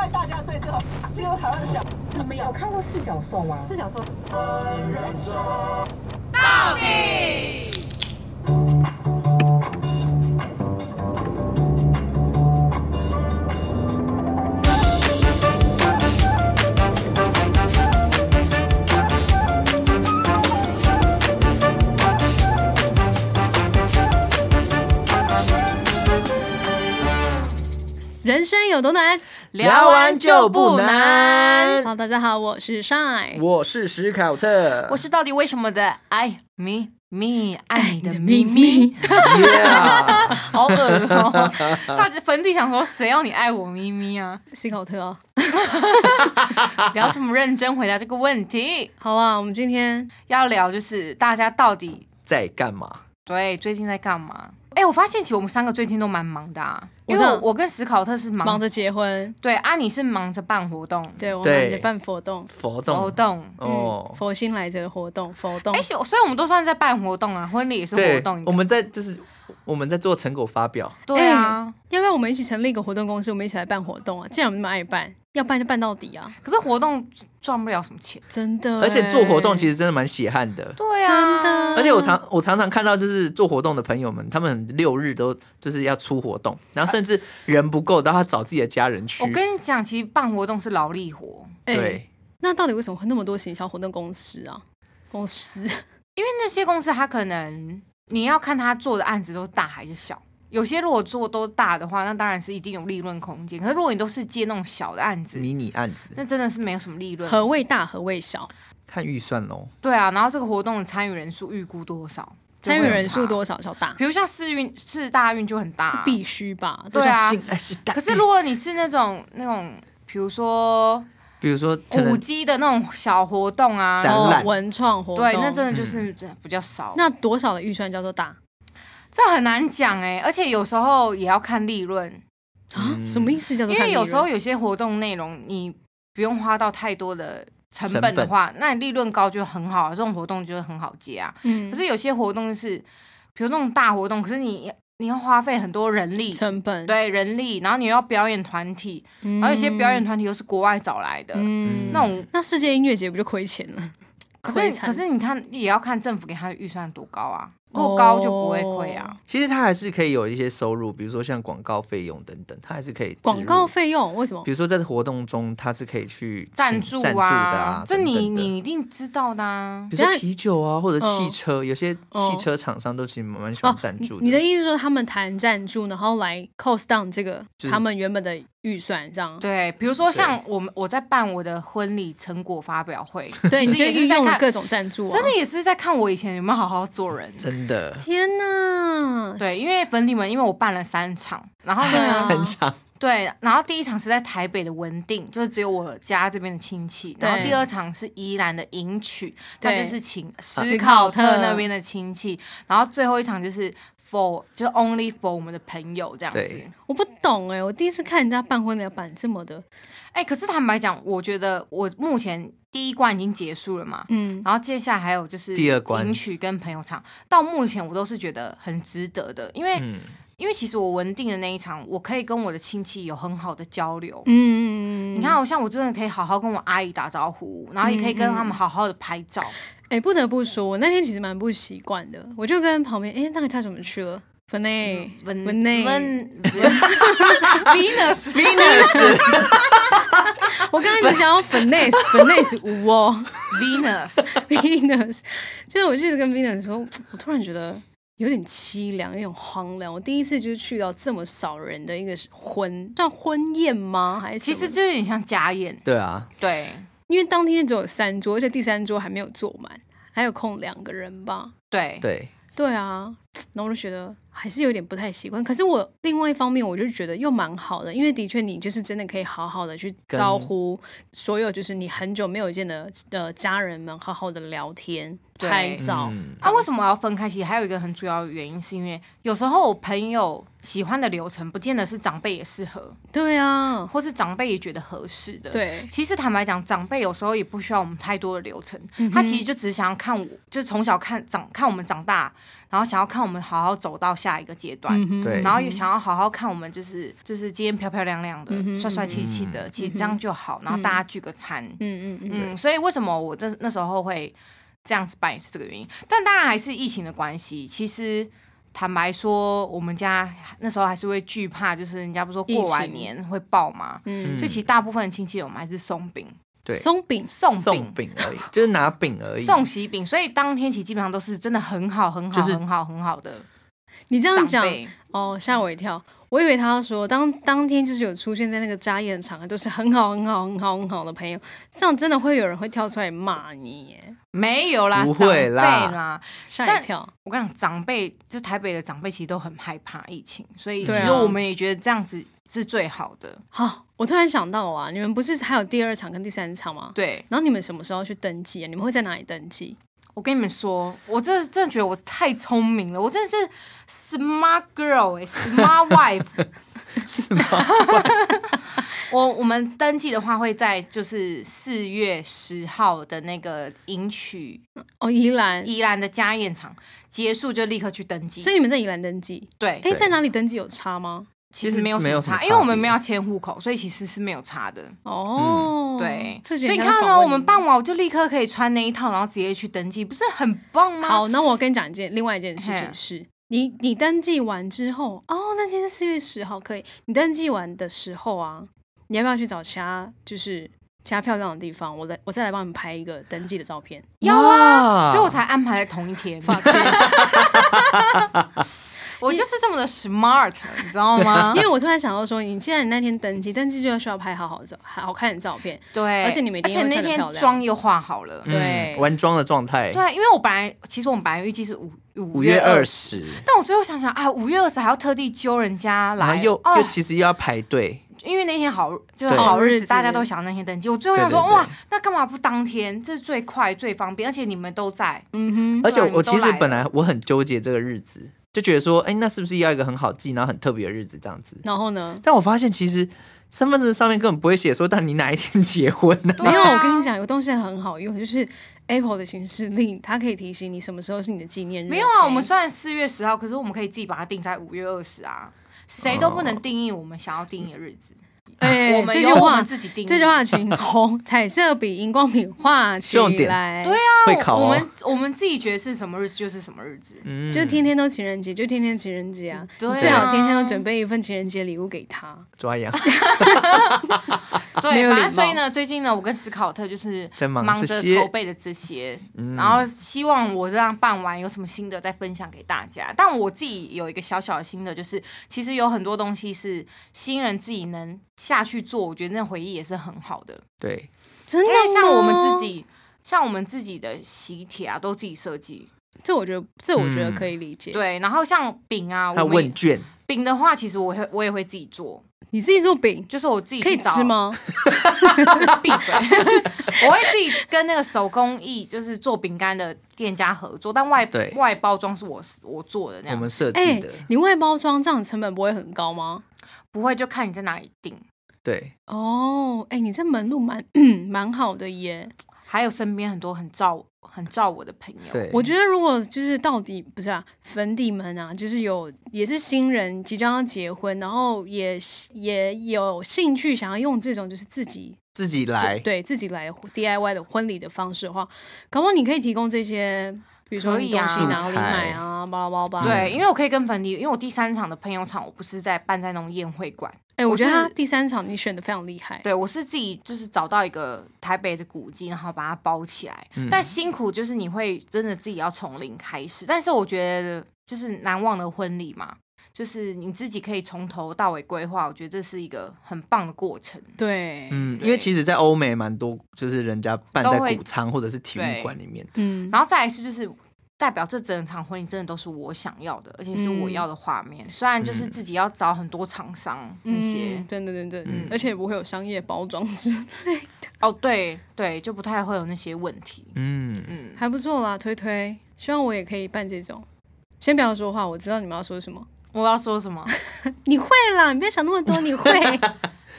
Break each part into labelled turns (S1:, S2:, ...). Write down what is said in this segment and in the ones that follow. S1: 最后最后台湾的小
S2: 你们有看过四角兽吗？
S1: 是想说，
S3: 人生有多难？
S4: 聊完就不难
S3: 好，大家好，我是 Shine。
S4: 嗯我是史考特，
S5: 我是到底为什么的爱咪咪爱你的
S3: 咪
S5: 咪咪
S3: 咪，
S4: Yeah
S5: 好恶哦！ 大家粉底想说谁要你爱我咪咪啊？
S3: 西口特哦，
S5: 不要这么认真回答这个问题，
S3: 好啊，我们今天
S5: 要聊就是大家到底
S4: 在干嘛？
S5: 对最近在干嘛？哎、我发现其实我们三个最近都蛮忙的、啊，
S3: 我
S5: 因
S3: 知
S5: 为
S3: 道
S5: 我我跟史考特是忙
S3: 忙着结婚，
S5: 对啊，你是忙着办活动，
S3: 对我
S4: 对
S3: 忙着办活动，
S4: 活动
S5: 活动。
S3: 嗯
S4: 哦，
S3: 佛心来着的活动，活动
S5: 哎、，所所以我们都算在办活动啊，婚礼也是活
S4: 对
S5: 动。，
S4: 我们在就是我们在做成果发表，
S5: 对啊，
S3: 要不要我们一起成立一个活动公司，我们一起来办活动啊？既然我们那么爱办，要办就办到底啊！
S5: 可是活动赚不了什么钱。
S3: 真的欸，
S4: 而且做活动其实真的蛮血汗的。
S5: 对啊
S3: 真的，
S4: 而且我常我常常看到，就是做活动的朋友们，他们六日都就是要出活动，然后甚至人不够，然后他找自己的家人去
S5: 我。跟你讲，其实办活动是劳力活，
S3: 哎
S4: 对，
S3: 那到底为什么会那么多行销活动公司啊？公司
S5: 因为那些公司它可能你要看他做的案子都大还是小。有些如果做都大的话，那当然是一定有利润空间。可是如果你都是接那种小的案子，
S4: 迷你案子
S5: 那真的是没有什么利润。
S3: 何谓大，何谓小？
S4: 看预算喽。
S5: 对啊，然后这个活动的参与人数预估多少？就会
S3: 参与
S5: 有
S3: 人数
S5: 差
S3: 多少叫大？
S5: 比如像世运、世大运就很大、
S4: 啊
S5: 啊
S3: 这必须吧？
S5: 对啊
S4: 性爱是大
S5: 可是如果你是那种那种，比如说
S4: 比如说可
S5: 古
S4: 能
S5: 迹的那种小活动啊，
S4: 展
S3: 哦
S4: 览，
S3: 文创活动，嗯
S5: 对，那真的就是这比较少。
S3: 那多少的预算叫做大
S5: 这很难讲哎、而且有时候也要看利润，
S3: 啊？
S4: 嗯
S3: 什么意思叫
S5: 因
S3: 做看
S5: 为
S3: 利润？
S5: 有时候有些活动内容你不用花到太多的成
S4: 成
S5: 本的
S4: 本
S5: 话，那你利润高就很好，这种活动就很好接啊。
S3: 嗯，
S5: 可是有些活动是，比如那种大活动，可是你你要花费很多人力。
S3: 成本，
S5: 对人力，然后你又要表演团体，
S3: 嗯，
S5: 然后有些表演团体又是国外找来的，
S3: 嗯，
S5: 那种
S3: 那世界音乐节不就亏钱了？
S5: 可
S3: 亏
S5: 是
S3: 惨
S5: 可是你看，也要看政府给他的预算多高啊，
S3: 哦
S5: 如果高就不会亏啊。
S4: 其实它还是可以有一些收入，比如说像广告费用等等，它还是可以植入
S3: 广告。费用为什么
S4: 比？如说在活动中，它是可以去
S5: 赞
S4: 请
S5: 助
S4: 赞助的啊，
S5: 这
S4: 等
S5: 你
S4: 等的
S5: 你一定知道的啊。
S4: 比如
S3: 等
S4: 说
S3: 下
S4: 啤酒啊，或者汽
S3: 嗯
S4: 车，有些汽车厂商都其实蛮喜欢赞助
S3: 你的意思是说他们谈赞助，然后来 cost down 这个
S4: 就是
S3: 他们原本的预算，这样？
S5: 对，比如说像我们我在办我的婚礼成果发表会，
S3: 对，
S5: 其
S3: 你
S5: 实
S3: 就
S5: 也是
S3: 运
S5: 在
S3: 用了
S5: 看，
S3: 各种赞助啊，
S5: 真的也是在看我以前有没有好好做人。
S4: 真的
S3: 天哪！
S5: 对，因为粉底们，因为我办了三场，然后呢，
S3: 啊
S4: 很长。
S5: 对，然后第一场是在台北的文定，就是只有我家这边的亲戚，然后
S3: 对
S5: 第二场是宜兰的迎娶，那
S3: 对
S5: 就是请斯
S3: 斯
S5: 考
S3: 考特
S5: 特那边的亲戚，然后最后一场就是 for 就是 only for 我们的朋友这样子
S4: 对。
S3: 我不懂哎、我第一次看人家办婚礼要办这么的，
S5: 哎、可是坦白讲，我觉得我目前第一关已经结束了嘛。
S3: 嗯，
S5: 然后接下来还有就是
S4: 第二关
S5: 迎娶跟朋友场，到目前我都是觉得很值得的，因为、
S4: 嗯，
S5: 因为其实我文定的那一场，我可以跟我的亲戚有很好的交流，
S3: 嗯，
S5: 你看，我哦像我真的可以好好跟我阿姨打招呼，然后也可以跟他们好好的拍照。
S3: 哎、不得不说，我那天其实蛮不习惯的，我就跟旁边，哎、那个叫什么去了？粉
S5: 嗯
S3: 内，粉哎内，
S5: Venus Venus
S3: 我刚刚一直想要粉内， 粉内是五哦
S5: Venus，
S3: ，Venus，就是我就一直跟 Venus 说，我突然觉得有点凄凉，有点荒凉。我第一次就是去到这么少人的一个婚，算婚宴吗？还是
S5: 其实
S3: 什么
S5: 就有点像家宴，
S4: 对啊，
S5: 对
S3: 因为当天只有三桌，而且第三桌还没有坐满，还有空两个人吧。
S5: 对
S4: 对，
S3: 对啊，然后我就觉得还是有点不太习惯。可是我另外一方面，我就觉得又蛮好的，因为的确你就是真的可以好好的去
S4: 跟
S3: 招呼所有就是你很久没有见的呃家人们，好好的聊天、
S5: 对
S3: 拍照。
S4: 嗯
S5: 啊，为什么我要分开？其实还有一个很主要的原因，是因为有时候我朋友喜欢的流程，不见得是长辈也适合，
S3: 对啊，
S5: 或是长辈也觉得合适的。。
S3: 对，
S5: 其实坦白讲，长辈有时候也不需要我们
S3: 嗯
S5: 太多的流程，他其实就只想要看我，就是从小看长看我们长大，然后想要看我我们好好走到下一个阶段。
S3: 嗯哼
S4: 对
S5: 然后也想要好好看我们，就是就是今天漂漂亮亮的、
S3: 嗯哼
S5: 帅帅气气的，其实这样就好。然后大家聚个餐，
S3: 嗯嗯嗯，
S5: 嗯，所以为什么我这那时候会这样子办也是这个原因，但当然还是疫情的关系。其实坦白说，我们家那时候还是会惧怕，就是人家不是说
S3: 疫情
S5: 过完年会爆吗？
S3: 嗯
S5: 所以其实大部分的亲戚我们还是松饼、
S4: 对
S3: 松饼
S5: 送
S4: 送
S5: 饼、
S4: 饼而已，就是拿饼而已。
S5: 送喜饼，所以当天其实基本上都是真的很好、很好、
S4: 就是
S5: 很好、很好的
S3: 你这样
S5: 长
S3: 讲
S5: 辈。
S3: 哦，吓我一跳。我以为他要说，当当天就是有出现在那个家宴的场合，都是很好、很好、很好、很好的朋友，这样真的会有人会跳出来骂你耶，
S5: 没有啦，
S4: 不会啦
S5: 长辈啦。
S3: 吓
S5: 但
S3: 一跳。
S5: 我跟你讲，长辈就台北的长辈其实都很害怕疫情，所以其
S3: 对啊
S5: 实我们也觉得这样子是最好的。
S3: 好、我突然想到啊，你们不是还有第二场跟第三场吗？
S5: 对，
S3: 然后你们什么时候去登记啊？你们会在哪里登记？
S5: 我跟你们说，我真的真的觉得我太聪明了，我真的是 smart girl 哎、s m a r t wife
S4: 是吗？
S5: 我。我们登记的话会在就是四月十号的那个迎娶
S3: 哦，宜兰。
S5: 宜兰的家宴场结束就立刻去登记
S3: 所。以你们在宜兰登记？
S5: 对，
S3: 哎，
S4: 对
S3: 在哪里登记有差吗？
S5: 其实没有
S4: 没有
S5: 什
S4: 什么差
S5: 么差，
S4: 别
S5: 因为我们没有要迁户口，所以其实是没有差的。
S3: 哦，
S5: 嗯对，
S3: 这
S5: 所以
S3: 你
S5: 你看到我们办完，我就立刻可以穿那一套，然后直接去登记，不是很棒吗？
S3: 好，那我跟你讲一件另外一件事情
S5: 嘿
S3: 是，你你登记完之后，哦，那天是四月十号，可以。你登记完的时候啊，你要不要去找其他就是其他漂亮的地方？我来我再来帮你拍一个登记的照片。
S5: 要啊，
S4: 哇
S5: 所以我才安排了同一 天。 我就是这么的 smart，你知道吗
S3: 因？为我突然想到说，你既然你那天登记，登记就需要拍好好的照好看的照片。
S5: 对，
S3: 而且你们一
S5: 而
S3: 定
S5: 且
S3: 要穿
S5: 那
S3: 得漂
S5: 天
S3: 亮
S5: 妆又化好了。
S3: 对
S4: 嗯玩妆的状态。
S5: 对，啊因为我本来其实我们本来预计是五
S4: 五
S5: 五
S4: 月二
S5: 十，
S4: 十，
S5: 但我最后想想啊，五月二十还要特地揪人家
S4: 然后
S5: 来，
S4: 又
S5: 哦
S4: 又，其实又要排队，
S5: 因为那天好就是
S4: 对
S5: 好
S3: 日
S5: 日
S3: 子
S5: 子，大家都想要那天登记。我最后想说
S4: 对对对
S5: 哇，那干嘛不当天？这是最快最方便，而且你们都在，
S3: 嗯哼，
S4: 而且
S5: 对啊
S4: 我
S5: 你都
S4: 其实
S5: 来
S4: 本来我很纠结这个日子，就觉得说，哎，那是不是要一个很好记，然后很特别的日子这样子？
S3: 然后呢？
S4: 但我发现其实身份证上面根本不会写说，但你哪一天 结婚呢、
S5: 对
S3: 没
S5: 啊
S3: 有，我跟你讲，有个东西很好用，就是 Apple 的行事历，它可以提醒你什么时候是你的纪念日。
S5: 没有啊，
S3: 嗯 OK？
S5: 我们虽然四月十号，可是我们可以自己把它定在五月二十啊，谁都不能定义我们想要定义的日子。
S3: 哎、
S5: 我们
S3: 这句
S5: 由我
S3: 话
S5: 们自己定义。
S3: 这句话请红 彩色笔、荧光笔画起
S4: 重点
S3: 来。
S5: 对啊，
S4: 会考哦
S5: 我们我们自己觉得是什么日子就是什么日子。
S4: 嗯，
S3: 就天天都情人节，就天天情人节啊！
S5: 对
S3: 你最好
S5: 啊
S3: 天天都准备一份情人节礼物给他。
S4: 抓 痒，
S3: 啊没有礼
S5: 对，反
S3: 貌
S5: 正所以呢，最近呢，我跟史考特就是
S4: 在忙
S5: 忙
S4: 这
S5: 着
S4: 些嗯
S5: 筹备的这些，然后希望我这样办完有什么心得再分享给大家。但我自己有一个小小的心得，就是其实有很多东西是新人自己能下去做，我觉得那回忆也是很好的。
S4: 对，
S3: 真的
S5: 因为像我们
S3: 吗
S5: 自，己，像我们自己的喜帖啊，都自己设计。
S3: 这我觉得这我觉得
S4: 嗯
S3: 可以理解。，
S5: 对，然后像饼啊，
S4: 还有
S5: 我们
S4: 问
S5: 也
S4: 卷，
S5: 饼的话，其实我会我也会自己做，
S3: 你自己做饼
S5: 就是我自己
S3: 可以
S5: 去找
S3: 吃？吗？
S5: 闭嘴！ 我会自己跟那个手工艺，就是做饼干的店家合作，但外
S4: 对
S5: 外包装是我我做的那
S4: 我
S5: 样，
S4: 们设
S3: 哎、
S4: 计的，
S3: 你外包装这样成本不会很高吗？
S5: 不会就看你在哪里订，
S4: 对，
S3: 哦，哎、你这门路蛮 蛮好的耶。
S5: 还有身边很多很照很照我的朋友，
S4: 对，
S3: 我觉得如果就是到底不是啊，粉底们啊，就是有也是新人即将要结婚，然后也也有兴趣想要用这种就是自己
S4: 自己来，
S3: 对自己来 DIY 的婚礼的方式的话，搞不好你可以提供这些，比如说
S5: 可
S3: 你
S5: 以
S3: 东
S5: 啊
S3: 西哪
S4: 素
S3: 里
S4: 材
S3: 买啊，巴拉巴拉巴拉。
S5: 对，因为我可以跟粉底，因为我第三场的朋友场，我不是在办在那种宴会馆，
S3: 哎、我
S5: 我
S3: 觉得
S5: 是
S3: 他第三场你选的非常厉害。
S5: 对我是自己就是找到一个台北的古迹，然后把它包起来。
S4: 嗯
S5: 但辛苦就是你会真的自己要从零开始，但是我觉得就是难忘的婚礼嘛，就是你自己可以从头到尾规划，我觉得这是一个很棒的过程。
S3: 对，嗯
S4: 嗯，
S5: 对
S4: 因为其实，在欧美蛮多，就是人家办在
S5: 都会
S4: 谷仓或者是体育馆里面，
S3: 嗯
S5: 然后再来是就是。代表这整场婚礼真的都是我想要的，而且是
S3: 嗯
S5: 我要的画面。虽然就是自己要找很多厂商那些，
S3: 嗯，真的真的，
S4: 嗯
S3: 而且不会有商业包装之类，
S5: 哦，对对，就不太会有那些问题。
S4: 嗯，
S5: 嗯，
S3: 还不错啦，推推，希望我也可以办这种。先不要说话，我知道你们要说什么。
S5: 我要说什么？
S3: 你会啦，你别想那么多，你会。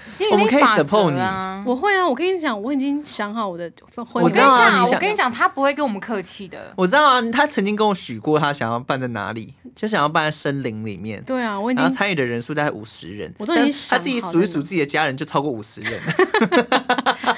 S5: 吸
S4: 我
S5: 引
S4: 们
S5: 力
S4: 可以
S5: 法
S4: support
S5: 则啊。
S3: 我会啊，我跟你讲，我已经想好我的婚婚
S4: 我
S5: 我
S3: 礼
S5: 跟
S4: 知
S5: 你
S4: 道啊
S3: 了
S4: 你
S5: 讲，
S4: 想
S5: 我跟你讲，他不会跟我们客 气的。
S4: 我知道啊，他曾经跟我许过，他想要办在哪里，就想要办在森林里面。
S3: 对啊，我已
S4: 然后
S3: 经
S4: 参与的人数大概五十人，
S3: 我都已经
S4: 但
S3: 想
S4: 他自己
S3: 好
S4: 数一
S3: 在
S4: 数
S3: 哪
S4: 自己的家人就超过五十人 了。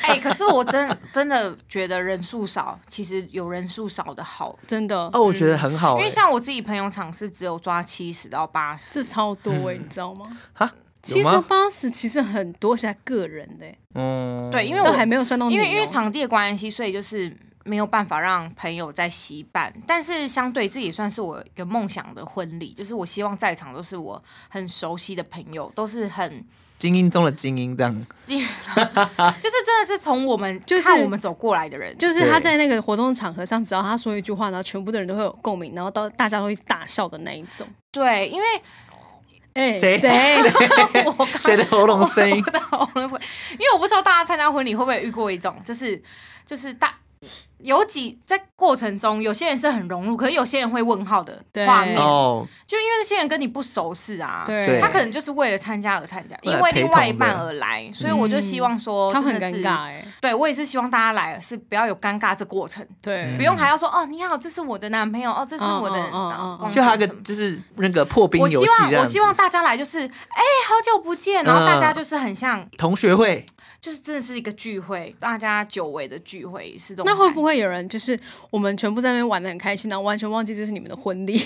S5: 哎、可是我真真的觉得人数少，其实有人数少的好，
S3: 真的
S4: 哦，我觉得很好、
S5: 嗯因
S4: 欸，
S5: 为像我自己朋友场是只有抓七十到八十
S3: 哎是，超多哎、你知道吗？
S4: 嗯哈，有
S3: 七十
S4: 吗？
S3: 八十其实很多，而且还个人的、欸，
S4: 嗯，
S5: 对，因为
S3: 都
S5: 我
S3: 还没有算到你、
S5: 因
S3: 哦
S5: 为因为场地的关系，所以就是没有办法让朋友在西办。但是相对这也算是我一个梦想的婚礼，就是我希望在场都是我很熟悉的朋友，都是很
S4: 精英中的精英这 样。
S5: 就是真的是从我们
S3: 啊就是
S5: 看我们走过来的人，
S3: 就是他
S4: 对
S3: 在那个活动场合上，只要他说一句话，然后全部的人都会有共鸣，然后到大家都会大笑的那一种。
S5: 对，因为
S3: 哎、
S4: 谁
S3: 谁？
S5: 我
S4: 谁的喉咙声音？
S5: 到我那时候因为我不知道大家参加婚礼会不会遇过一种，就是就是大有几在过程中，有些人是很融入，可是有些人会问号的
S3: 对
S5: 画面，
S4: 哦，
S5: 就因为那些人跟你不熟识啊，
S4: 对
S5: 他可能就是为了参加而参加，
S4: 为
S5: 因
S4: 了
S5: 为
S4: 陪
S5: 另外
S4: 同
S5: 一
S4: 的
S5: 半而来，所以我就希望
S3: 嗯
S5: 说，
S3: 他们很
S5: 真的
S3: 尴
S5: 是
S3: 尬。哎、
S5: 对我也是希望大家来是不要有尴尬这过程，
S3: 对，
S5: 不用还要说哦你好，这是我的男朋友，哦这是我
S3: 嗯
S5: 的
S3: 嗯嗯嗯
S5: 老
S3: 嗯
S5: 公，
S4: 就还有个
S5: 什么什么
S4: 就是那个破冰
S5: 我希
S4: 游戏
S5: 望
S4: 这
S5: 我
S4: 样
S5: 希
S4: 子。嗯
S5: 望大家来就是哎好久不见，然后大家就是很像
S4: 同学会，
S5: 就是真的是一个聚会，大家久违的聚会是这种感
S3: 那
S5: 觉。
S3: 会不会有人就是我们全部在那边玩的很开心，然后完全忘记这是你们的婚礼？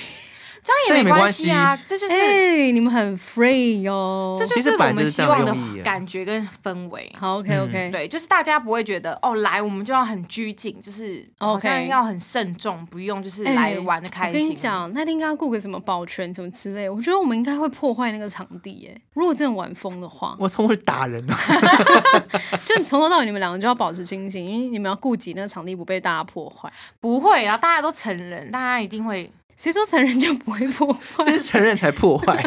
S5: 这样也
S4: 这也没
S5: 没
S4: 关
S5: 关
S4: 系
S5: 系啊？这就
S3: 哎、
S5: 是、
S3: 你们很 free 哟、
S5: 这就
S4: 其实
S5: 是
S4: 本来就
S5: 我们
S4: 是这
S5: 希
S4: 样的
S5: 望的
S4: 用意啊
S5: 感觉跟氛围。啊
S3: 好，OK OK，、
S5: 嗯对，就是大家不会觉得哦，来我们就要很拘谨，就是好
S3: OK
S5: 像要很慎重，不用就是
S3: 哎
S5: 来玩的开
S3: 我
S5: 心。
S3: 跟你，讲，那应该要雇个什么保全什么之类，我觉得我们应该会破坏那个场地耶。如果真的玩疯的话，
S4: 我冲过去打人哦 了。
S3: 就从头到尾你们两个就要保持清醒，因为你们要顾及那个场地不被大家破坏。
S5: 不会啊，大家都成人，大家一定会。
S3: 谁说成人就不会破坏？
S4: 这是承认才破 坏。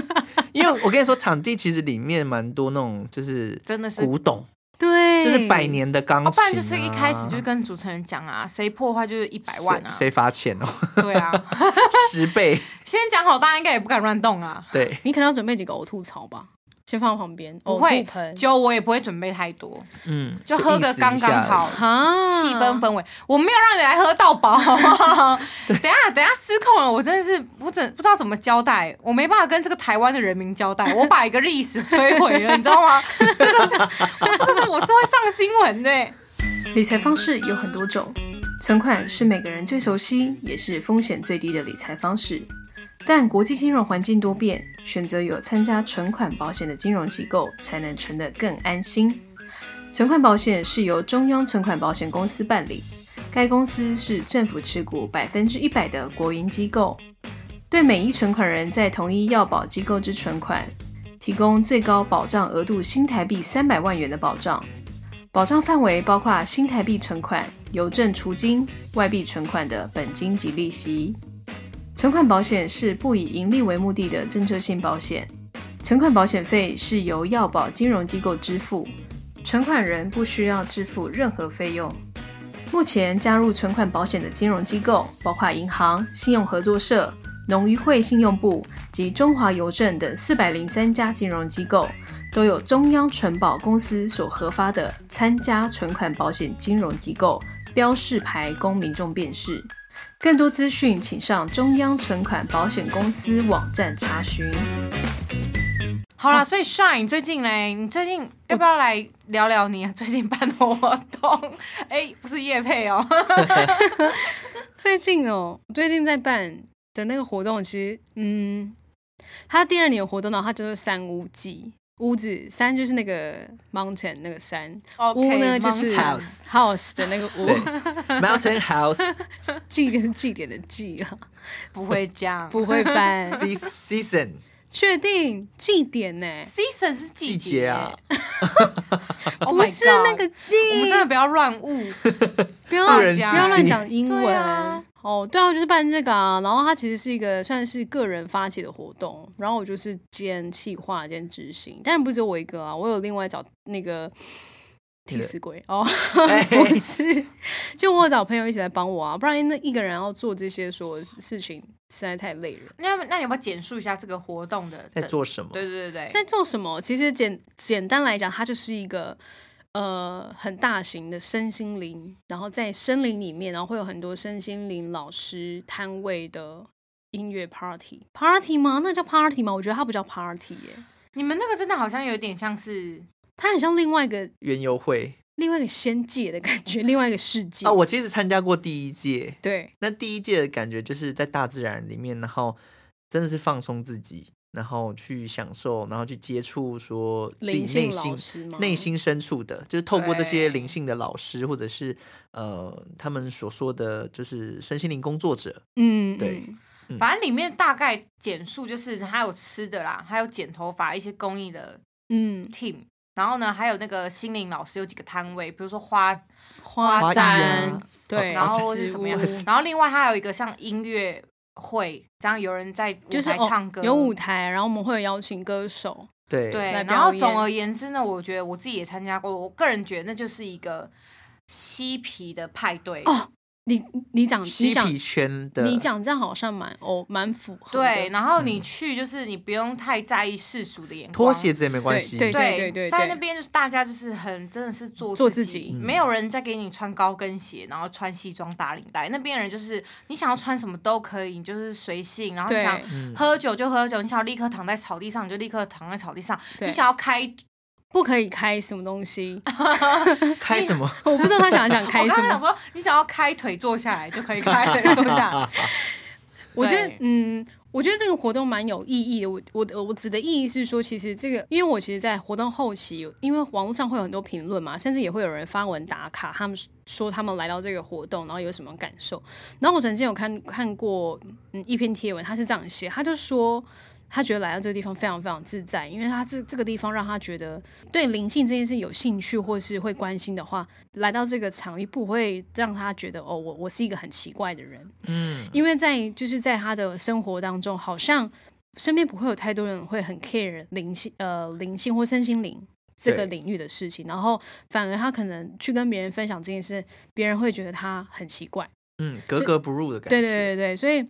S4: 因为我跟你说，场地其实里面蛮多那种，就是
S5: 真的是
S4: 古董，
S3: 对，
S4: 就是百。年的钢琴、
S5: 哦，
S4: 啊
S5: 不然就是一开始就跟主持人讲啊，谁破坏就是一百万啊，
S4: 谁谁罚钱哦，
S5: 对啊，
S4: 十倍。
S5: 先讲好，大家应该也不敢乱动啊。
S4: 对，
S3: 你可能要准备几个呕吐槽吧，先放旁边，
S4: 哦
S3: 呕
S5: 不会
S3: 吐盆，
S5: 酒我也不会准备太多，
S4: 嗯，
S5: 就喝
S4: 意
S5: 个
S4: 思一
S5: 刚
S4: 下
S5: 刚好，
S3: 哈，
S5: 气氛氛围，我没有让你来喝 到饱，好不好？等一下等一下失控了，我真的是我真不知道怎么交代，我没办法跟这个台湾的人民交代，我把一个历史摧毁了，你知道 吗？这个是，我这个是我是会上新闻的、
S3: 理财方式有很多种，存款是每个人最熟悉也是风险最低的理财方式。但国际金融环境多变，选择有参加存款保险的金融机构，才能存得更安心。存款保险是由中央存款保险公司办理，该公司是政府持股百分之一百的国营机构，对每一存款人在同一要保机构之存款，提供最高保障额度新台币三百万元的保障。保障范围包括新台币存款、邮政储金、外币存款的本金及利息。存款保险是不以盈利为目的的政策性保险，存款保险费是由要保金融机构支付，存款人不需要支付任何费用。目前加入存款保险的金融机构包括银行、信用合作社、农渔会信用部及中华邮政等四百零三家金融机构，都有中央存保公司所核发的参加存款保险金融机构标示牌供民众辨识。更多资讯，请上中央存款保险公司网站查询。
S5: 好啦，所以 Shine 你最近嘞，你最近要不要来聊聊你最近办的活动？哎、不是叶配 哦、
S3: 最近哦，我最近在办的那个活动，其实嗯，它第二年的活动呢，它叫做三屋记。屋子山就是那个 mountain 那个山
S5: o
S3: 屋
S5: k
S3: 呢就是
S4: House
S3: house 的那个屋
S4: 对，，Mountain House
S3: 祭就是祭典的祭啊，
S5: 不会讲，
S3: 不会翻，
S4: Se- Season
S3: 确定祭典呢、
S5: season 是季
S4: 季节啊，
S5: oh、
S3: 不是那个。祭，
S5: 我们真的不要乱误，
S3: 不要
S4: 个
S3: 乱
S4: 人
S3: 不
S4: 之
S3: 要乱
S4: 力
S3: 讲英
S5: 对
S3: 文。
S5: 啊
S3: 哦，对啊，就是办这个啊，然后它其实是一个算是个人发起的活动，然后我就是兼企划兼执行，但不只有我一个啊，我有另外找那个
S4: 你
S3: 替
S4: 的
S3: 死 鬼哦，
S4: 哎
S3: 不是，就我有找朋友一起来帮我啊，不然那一个人要做这些所有事情实在太累了。
S5: 那要不那你要不要简述一下这个活动的
S4: 在
S5: 整？
S4: 做什么？
S5: 对对对对，
S3: 在做什么？其实简简单来讲，它就是一个呃很大型的身心灵，然后在森林里面，然后会有很多身心灵老师摊位的音乐 party party 吗？那叫 party 吗？我觉得它不叫 party 耶、
S5: 你们那个真的好像有点像是
S4: 嗯
S3: 它很像另外一个
S4: 园游会
S3: 另外一个仙界的感觉， 另外一个世界。
S4: 啊、我其实参加过第一届，
S3: 对
S4: 那第一届的感觉就是在大自然里面，然后真的是放松自己，然后去享受，然后去接触说自己
S3: 灵
S4: 内
S3: 性老
S4: 心
S3: 师吗？
S4: 内心深处的，就是透过这些
S5: 对
S4: 灵性的老师，或者是呃他们所说的就是身心灵工作者，
S3: 嗯，
S4: 对
S3: 嗯
S4: 嗯
S5: 反正里面大概简述就是还有吃的啦，还有剪头发一些公益的
S3: 嗯，
S5: team，然后呢还有那个心灵老师有几个摊位，比如说花，
S3: 花
S5: 花艺
S3: 展、
S5: 啊
S3: 对，哦
S5: 然后
S3: 植
S5: 或是什么样
S3: 物，啊
S5: 然后另外还有一个像音乐会，这样有人在舞
S3: 就是
S5: 台
S3: 哦
S5: 唱歌，
S3: 有舞台，然后我们会有邀请歌手，
S4: 对
S5: 对
S3: 来，
S5: 然后
S3: 表演
S5: 总而言之呢，我觉得我自己也参加过，我个人觉得那就是一个嬉皮的派对。
S3: 哦你你讲你
S4: 嬉
S3: 讲
S4: 皮圈的，
S3: 你讲这样好像蛮哦蛮符合的
S5: 对，然后
S3: 嗯
S5: 你去就是你不用太在意世俗的眼光，
S4: 脱鞋子也没关系，
S3: 对
S5: 对
S3: 对
S5: 在
S3: 对
S5: 那边就是大家就是很真的是做
S3: 做
S5: 自
S3: 自己嗯
S5: 没有人再给你穿高跟鞋，然后穿西装打领带。那边人就是你想要穿什么都可以，你就是随性，然后你
S3: 对
S5: 想
S4: 嗯
S5: 嗯喝酒就喝酒，你想要立刻躺在草地上你就立刻躺在草地上，
S3: 对
S5: 你想要开，
S3: 不可以开什么东西，
S4: 开什么？
S3: 我不知道他想想
S5: 我
S3: 开什
S5: 刚刚想
S3: 么。
S5: 说你想要开腿坐下来就可以开腿坐 下来，
S3: 我觉得
S5: 对
S3: 嗯，我觉得这个活动蛮有意义的。我我我指的意义是说，其实这个，因为我其实，在活动后期有，因为网络上会有很多评论嘛，甚至也会有人发文打卡，他们说他们来到这个活动，然后有什么感受。然后我曾经有看看过嗯一篇贴文，他是这样写，他就说。他觉得来到这个地方非常非常自在，因为他这这个地方让他觉得对灵性这件事有兴趣或是会关心的话，来到这个场域不会让他觉得哦，我我是一个很奇怪的人，
S4: 嗯，
S3: 因为在就是在他的生活当中，好像身边不会有太多人会很 care 灵性呃灵性或身心灵这个
S4: 对
S3: 领域的事情，然后反而他可能去跟别人分享这件事，别人会觉得他很奇怪。
S4: 嗯，格格不入的感觉，
S3: 对对对对，所以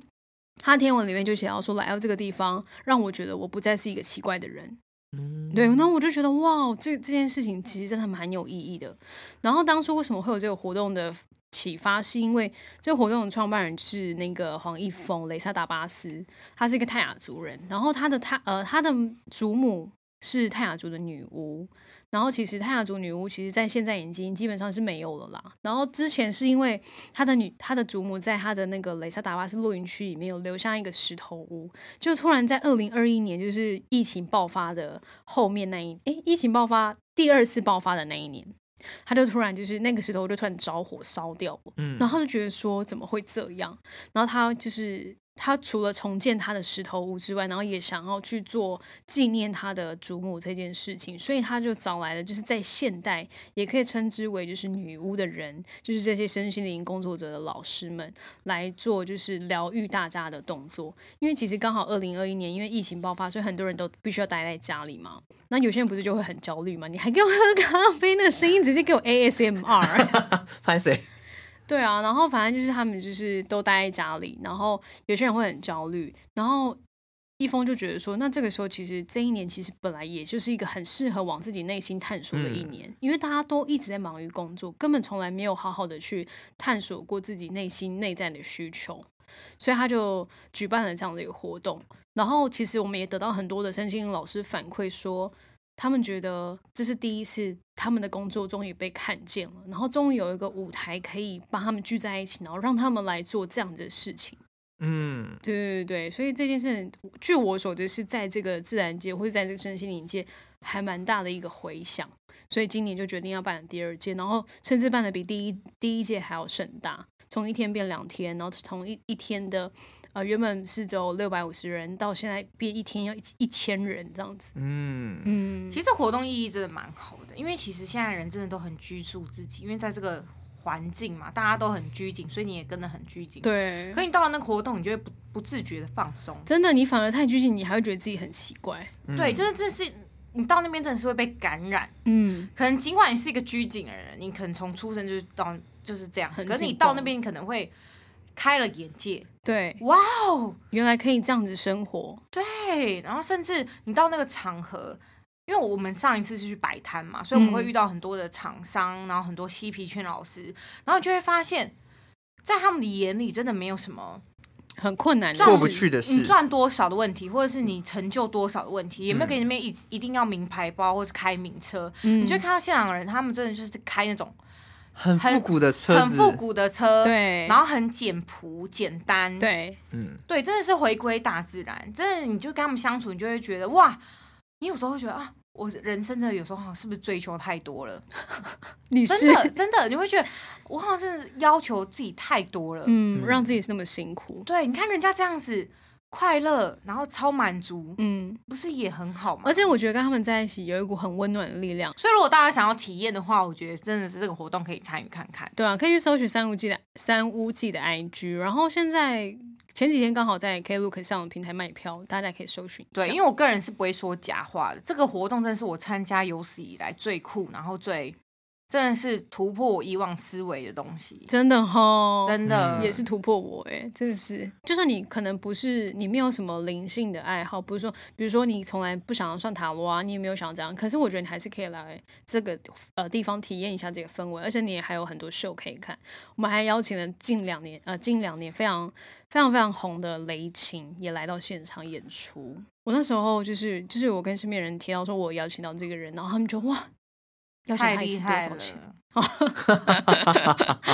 S3: 他天文里面就写到说，来到这个地方，让我觉得我不再是一个奇怪的人。
S4: 嗯
S3: 对，那我就觉得哇，这这件事情其实真的蛮有意义的。然后当初为什么会有这个活动的启发，是因为这个活动的创办人是那个黄一峰雷萨达巴斯，他是一个泰雅族人，然后他的他呃他的祖母是泰雅族的女巫，然后其实泰雅族女巫其实在现在已经基本上是没有了啦。然后之前是因为他的女他的祖母在他的那个雷萨达巴斯露营区里面有留下一个石头屋，就突然在二零二一年，就是疫情爆发的后面那一，诶、疫情爆发第二次爆发的那一年，他就突然就是那个石头就突然着火烧掉了，
S4: 嗯
S3: 然后他就觉得说怎么会这样，然后他就是他除了重建他的石头屋之外，然后也想要去做纪念他的祖母这件事情，所以他就找来了就是在现代也可以称之为就是女巫的人，就是这些身心灵工作者的老师们来做就是疗愈大家的动作，因为其实刚好二零二一年因为疫情爆发，所以很多人都必须要待在家里嘛。那有些人不是就会很焦虑嘛？你还给我喝咖啡，那个声音直接给我 ASMR。
S4: 拍谁？
S3: 对啊，然后反正就是他们就是都待在家里，然后有些人会很焦虑，然后一峰就觉得说，那这个时候其实这一年其实本来也就是一个很适合往自己内心探索的一
S4: 嗯
S3: 年，因为大家都一直在忙于工作，根本从来没有好好的去探索过自己内心内在的需求，所以他就举办了这样的一个活动。然后其实我们也得到很多的身心灵老师反馈说，他们觉得这是第一次，他们的工作终于被看见了，然后终于有一个舞台可以把他们聚在一起，然后让他们来做这样的事情。
S4: 嗯，
S3: 对对对对，所以这件事，据我所知是在这个自然界或者在这个身心灵界还蛮大的一个回响，所以今年就决定要办第二届，然后甚至办的比第一第一届还要盛大，从一天变两天，然后从一一天的呃原本是只有六百五十人，到现在变一天要一一千人这样子。
S4: 嗯，
S3: 嗯，
S5: 其实活动意义真的蛮好的，因为其实现在人真的都很拘束自己，因为在这个环境嘛，大家都很拘谨，所以你也跟着很拘谨。。
S3: 对
S5: 可，你到了那个活动，你就会不不自觉的放松。
S3: 真的，你反而太拘谨，你还会觉得自己很奇怪。
S4: 嗯
S5: 对，就是这是你到那边真的是会被感染。
S3: 嗯，
S5: 可能尽管你是一个拘谨的人，你可能从出生就是到就是这样子，
S3: 很
S5: 可是你
S3: 紧
S5: 到
S3: 绷
S5: 那边你可能会开了眼界，
S3: 对，
S5: 哇哦！
S3: 原来可以这样子生活，
S5: 对，然后甚至你到那个场合，因为我们上一次是去摆摊嘛，所以我们会
S3: 嗯
S5: 遇到很多的厂商，然后很多嬉皮圈老师，然后你就会发现，在他们的眼里，真的没有什么
S3: 很困难的
S5: 赚
S4: 过
S3: 事
S4: 不去的事
S5: 你，赚多少的问题，或者是你成就多少的问题，也没有
S4: 嗯
S5: 给你们一一定要名牌包或是开名车，
S3: 嗯
S5: 你就会看到现场的人，他们真的就是开那种
S4: 很复
S5: 很
S4: 古的车子，
S5: 很复古的车，，
S3: 对，
S5: 然后很简朴简单，
S3: 对，
S4: 嗯，
S5: 对，真的是回归大自然，真的你就跟他们相处，你就会觉得哇，你有时候会觉得啊，我人生真的有时候好像是不是追求太多了？
S3: 你
S5: 真
S3: 是
S5: 的真的，你会觉得我好像真的要求自己太多了。
S3: 嗯，
S4: 嗯
S3: 让自己是那么辛苦，
S5: 对，你看人家这样子快乐，然后超满足，
S3: 嗯，
S5: 不是也很好吗？
S3: 而且我觉得跟他们在一起有一股很温暖的力量。
S5: 所以如果大家想要体验的话，我觉得真的是这个活动可以参与看看。
S3: 对啊，可以去搜寻三屋记的三屋记的 IG，然后现在前几天刚好在 Klook 上的平台卖票，大家可以搜寻一下。
S5: 对，因为我个人是不会说假话的。这个活动真的是我参加有史以来最酷，然后最真的是突破我以往思维的东西。
S3: 真的哈，
S5: 真的、
S4: 嗯
S3: 也是突破我哎、真的是，就算你可能不是你没有什么灵性的爱好，不是说，比如说你从来不想要算塔罗啊，你也没有想要这样，可是我觉得你还是可以来这个呃地方体验一下这个氛围，而且你也还有很多秀可以看。我们还邀请了近两年呃近两年非常非常非常红的雷琴也来到现场演出。我那时候就是就是我跟身边人提到说我有邀请到这个人，然后他们就哇，邀请
S5: 太
S3: 他一
S5: 厉
S3: 次多
S5: 害
S3: 少
S5: 了！
S3: 钱？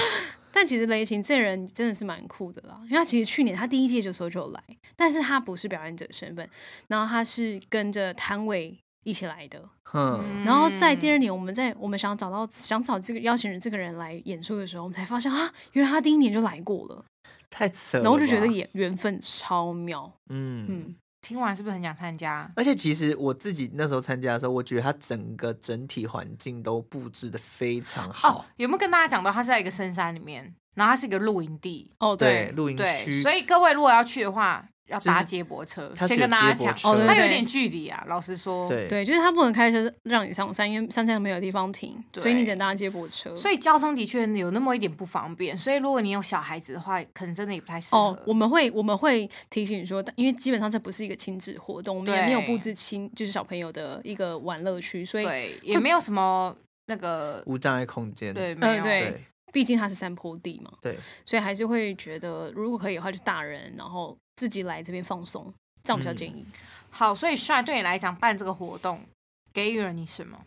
S3: 但其实雷霆这人真的是蛮酷的啦，因为他其实去年他第一届的时候就有来，但是他不是表演者身份，然后他是跟着摊位一起来的。
S4: 嗯，
S3: 然后在第
S5: 二，
S3: 二年，我们在我们想找到想找这个邀请人这个人来演出的时候，我们才发现啊，原来他第一年就来过了，
S4: 太扯了吧，
S3: 然后就觉得也缘分超妙。
S4: 嗯。
S3: 嗯，
S5: 听完是不是很想参加？
S4: 而且其实我自己那时候参加的时候，我觉得它整个整体环境都布置的非常
S5: 哦
S4: 好，，
S5: 有没有跟大家讲到，它是在一个深山里面，然后它是一个露营地，
S3: 哦
S4: 对，
S3: 对，
S4: 露营
S5: 对，
S4: 区
S5: 所，以各位如果要去的话，要
S4: 就是
S5: 搭接驳车，
S4: 它是
S5: 先
S4: 有
S5: 跟大家
S4: 接驳
S5: 讲，
S4: 车
S3: 哦对
S5: 它有
S3: 对
S5: 点距离啊，老实说，，
S4: 对
S3: 对，就是他不能开车让你上山，因为上山没有地方停，所以你
S5: 对
S3: 只能搭接驳车。
S5: 所以交通的确有那么一点不方便，所以如果你有小孩子的话，可能真的也不太适合。
S3: 哦，我们会我们会提醒说，但因为基本上这不是一个亲子活动，我们也没有布
S5: 对
S3: 置亲就是小朋友的一个玩乐区，所以
S5: 对，也没有什么那个，
S4: 无障碍空间，
S5: 对，没
S3: 呃
S5: 有，
S3: 对
S4: 对
S3: 毕竟它是山坡地嘛，
S4: 对，
S3: 所以还是会觉得如果可以的话，就大人然后自己来这边放松，这样比较
S4: 嗯
S3: 建议。
S5: 好，所以帅对你来讲办这个活动给予了你什么？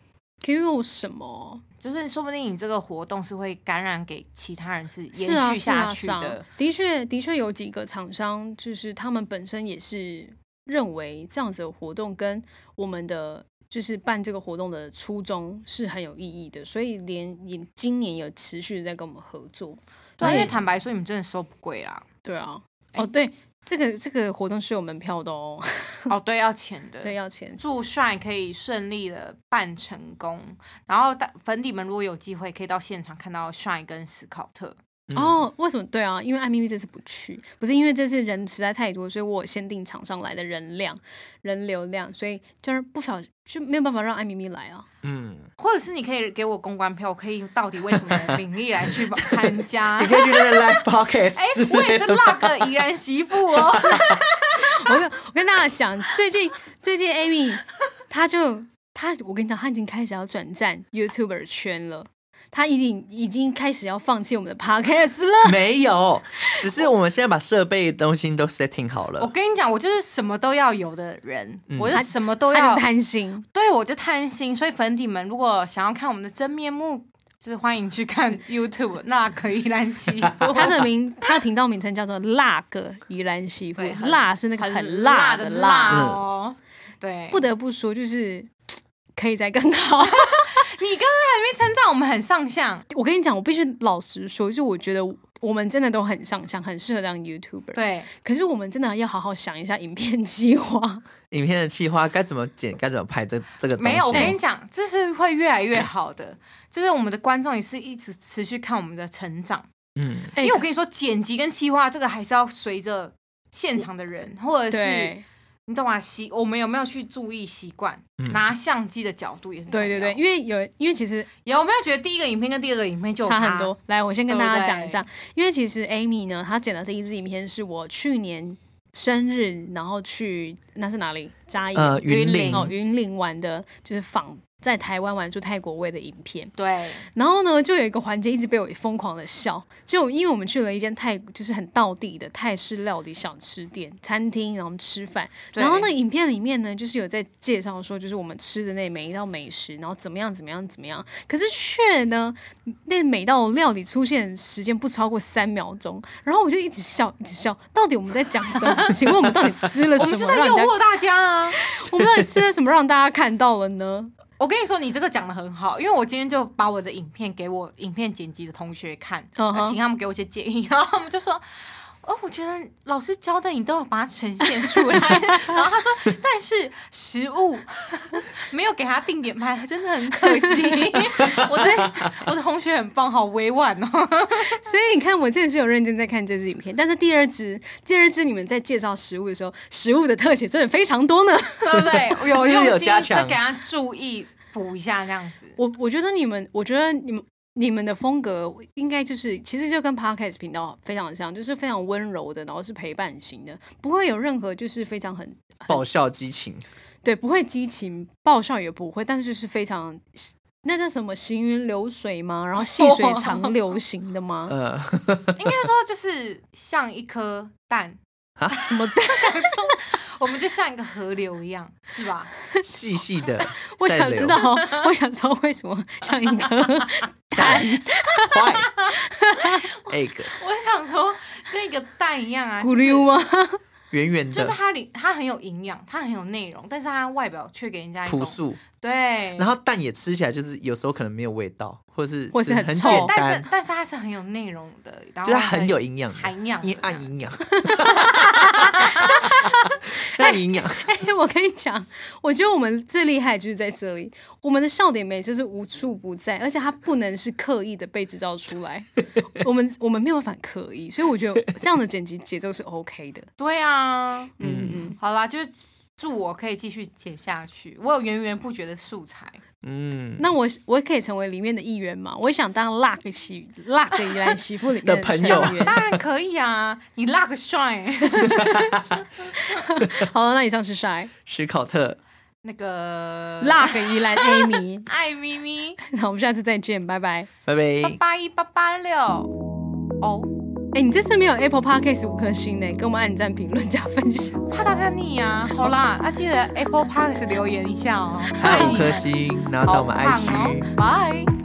S3: 可以有什么？
S5: 就是说不定你这个活动是会感染给其他人，是
S3: 是啊
S5: 延续
S3: 是
S5: 下
S3: 啊
S5: 去
S3: 是啊
S5: 的。，
S3: 的确的确有几个厂商，就是他们本身也是认为这样子的活动跟我们的就是办这个活动的初衷是很有意义的，所以连也今年有持续地在跟我们合作。
S5: 对啊，因为
S3: 嗯
S5: 坦白说，你们真的收不贵 啦。
S3: 对啊，
S5: 哎
S3: 哦对，这个这个活动是有门票的哦，
S5: 哦，对，要钱 的。
S3: 对，啊要钱。
S5: 祝帅可以顺利的办成功，然后大粉底们如果有机会，可以到现场看到帅跟史考特。
S4: 嗯，
S3: 哦，为什么？对啊，因为艾米丽这次不去，不是因为这次人实在太多，所以我有限定场上来的人量、人流量，所以就是不小就没有办法让艾米丽来啊。
S4: 嗯，
S5: 或者是你可以给我公关票，我可以到底为什么的名义来 去参加？
S4: 你可以去那边 live podcast，
S5: 哎、我也是那个怡然媳妇哦。
S3: 我跟我跟大家讲，最近 最近 Amy，她就她，我跟你讲，她已经开始要转战 YouTuber 圈了，她已经已经开始要放弃我们的 Podcast 了。
S4: 没有，只是我们现在把设备东西都 setting 好
S5: 我
S4: 了，
S5: 跟你讲，我就是什么都要有的人，
S4: 嗯
S5: 我是什么都
S3: 啊她就
S5: 要
S3: 是，贪心，
S5: 对我就贪心。所以粉底们如果想要看我们的真面目，就是欢迎去看 YouTube 那个怡然 媳妇。
S3: 她的名，她的频道名称叫做“辣个宜兰媳妇
S5: 对”，很
S3: 辣是那个
S5: 很
S3: 辣
S5: 的
S3: 的
S5: 辣
S3: 辣。
S5: 哦。对，
S3: 不得不说，就是可以再更好。
S5: 你刚刚还没称赞我们很上相，
S3: 我跟你讲，我必须老实说，就是我觉得我们真的都很上相，很适合当 YouTuber。，
S5: 对，
S3: 可是我们真的要好好想一下影片计划。
S4: 影片的企划该怎么剪，该怎么拍，这这个东西
S5: 没有，我跟你讲，这是会越来越好的，就是我们的观众也是一直持续看我们的成长，
S4: 嗯，
S3: 哎
S5: 因为我跟你说，剪辑跟企划这个还是要随着现场的人或者是
S3: 对，
S5: 你懂吗？习我们有没有去注意习惯？
S4: 嗯
S5: 拿相机的角度也很
S3: 对对对，因为有，因为其实
S5: 为有没有觉得第一个影片跟第二个影片就有
S3: 差很多。来，我先跟
S5: 对不
S3: 大家
S5: 对
S3: 讲一下，因为其实 Amy 呢，她剪的第一支影片是我去年生日，然后去那是哪里？嘉义
S4: 呃，
S5: 云
S4: 云
S5: 林
S4: 岭
S3: 哦，云林玩的，就是仿在台湾玩出泰国味的影片。
S5: 对，
S3: 然后呢，就有一个环节一直被我疯狂的笑，就因为我们去了一间泰，就是很道地的泰式料理小吃店餐厅，然后我们吃饭。
S5: 对
S3: 然后那影片里面呢，就是有在介绍说，就是我们吃的那每一道美食，然后怎么样怎么样怎么样。可是却呢，那每道料理出现时间不超过三秒钟，然后我就一直笑，一直笑。到底我们在讲什么？ 请问我们到底吃了
S5: 我
S3: 什
S5: 们就
S3: 么？
S5: 在
S3: 让
S5: 诱
S3: 人家
S5: 惑大家啊！
S3: 我们到底吃了什么让大家看到了呢？
S5: 我跟你说，你这个讲的很好，因为我今天就把我的影片给我影片剪辑的同学看，
S3: 嗯哼
S5: 请他们给我一些建议，然后他们就说。哦，我觉得老师教的你都有把它呈现出来。 然后他说，但是食物没有给他定点拍，真的很可惜。 我的我的同学很棒，好委婉哦。
S3: 所以你看，我真的是有认真在看这支影片，但是第二支，第二支你们在介绍食物的时候，食物的特写真的非常多呢。
S5: 对不对？有
S4: 是
S5: 用
S4: 有
S5: 心
S4: 加
S5: 再
S4: 强
S5: 给他注意补一下，这样子。
S3: 我我觉得你们，我觉得你们你们的风格应该就是，其实就跟 podcast 频道非常像，就是非常温柔的，然后是陪伴型的，不会有任何就是非常很
S4: 爆笑激情，
S3: 对，不会激情爆笑也不会，但是就是非常那叫什么行云流水吗？然后细水长流型的吗？
S4: 呃，
S5: 应该说就是像一颗蛋，
S3: 什么的？
S5: 我们就像一个河流一样，是吧？
S4: 细细 的
S3: 我
S4: 在
S3: 想
S4: 流
S3: 知道，我想知道为什么像一颗
S4: 蛋 坏 egg
S5: 我想说，跟一个蛋一样啊，
S3: 咕溜
S5: 啊，
S3: 吗？
S4: 圆圆
S5: 就是
S4: 的
S5: 它里它很有营养，它很有内容，但是它外表却给人家一种
S4: 朴素，
S5: 对，
S4: 然后蛋也吃起来就是有时候可能没有味道，或者是
S3: 或是很
S4: 很
S3: 臭
S4: 简
S5: 但
S4: 单
S5: 是，但是它是很有内容的，然
S4: 就
S5: 后
S4: 是它很有营养的，
S5: 涵养的
S4: 因为
S5: 这
S4: 暗
S5: 样
S4: 营养， 那营 养
S3: 哎、 我跟你讲，我觉得我们最厉害就是在这里，我们的笑点美就是无处不在，而且它不能是刻意的被制造出 来，我们我们没有办法刻意，所以我觉得这样的剪辑节奏是 OK 的。
S5: 对啊，
S3: 嗯
S4: 嗯
S3: 嗯，
S5: 好啦，就是祝我可以继续剪下去，我有源源不绝的素材。
S4: 嗯，
S3: 那我我可以成为里面的一员嘛？我想当 Luck 媳 Luck 宜兰媳妇里面
S4: 的朋
S3: 成
S4: 友
S3: 员。
S5: 当然可以啊，你拉个帅，
S3: 好了，那以上是 谁
S4: 史考特，
S5: 那个
S3: ？Luck 宜兰 Amy，
S5: 爱咪咪，
S3: 那我们下次再见，拜拜。
S4: 拜
S5: 八
S4: 拜。
S5: 八一八八六哦，
S3: 哎、你这次没有 Apple Podcast 五颗星呢，给我们按赞、评论、加分享。
S5: 怕大家腻啊。好啦，啊记得 Apple Park 留言一下哦，
S4: 还
S5: 爱
S4: 有
S5: 你
S4: 五颗
S5: 们
S4: 星，然后到我们
S5: 好胖
S4: IG。
S5: 哦，拜。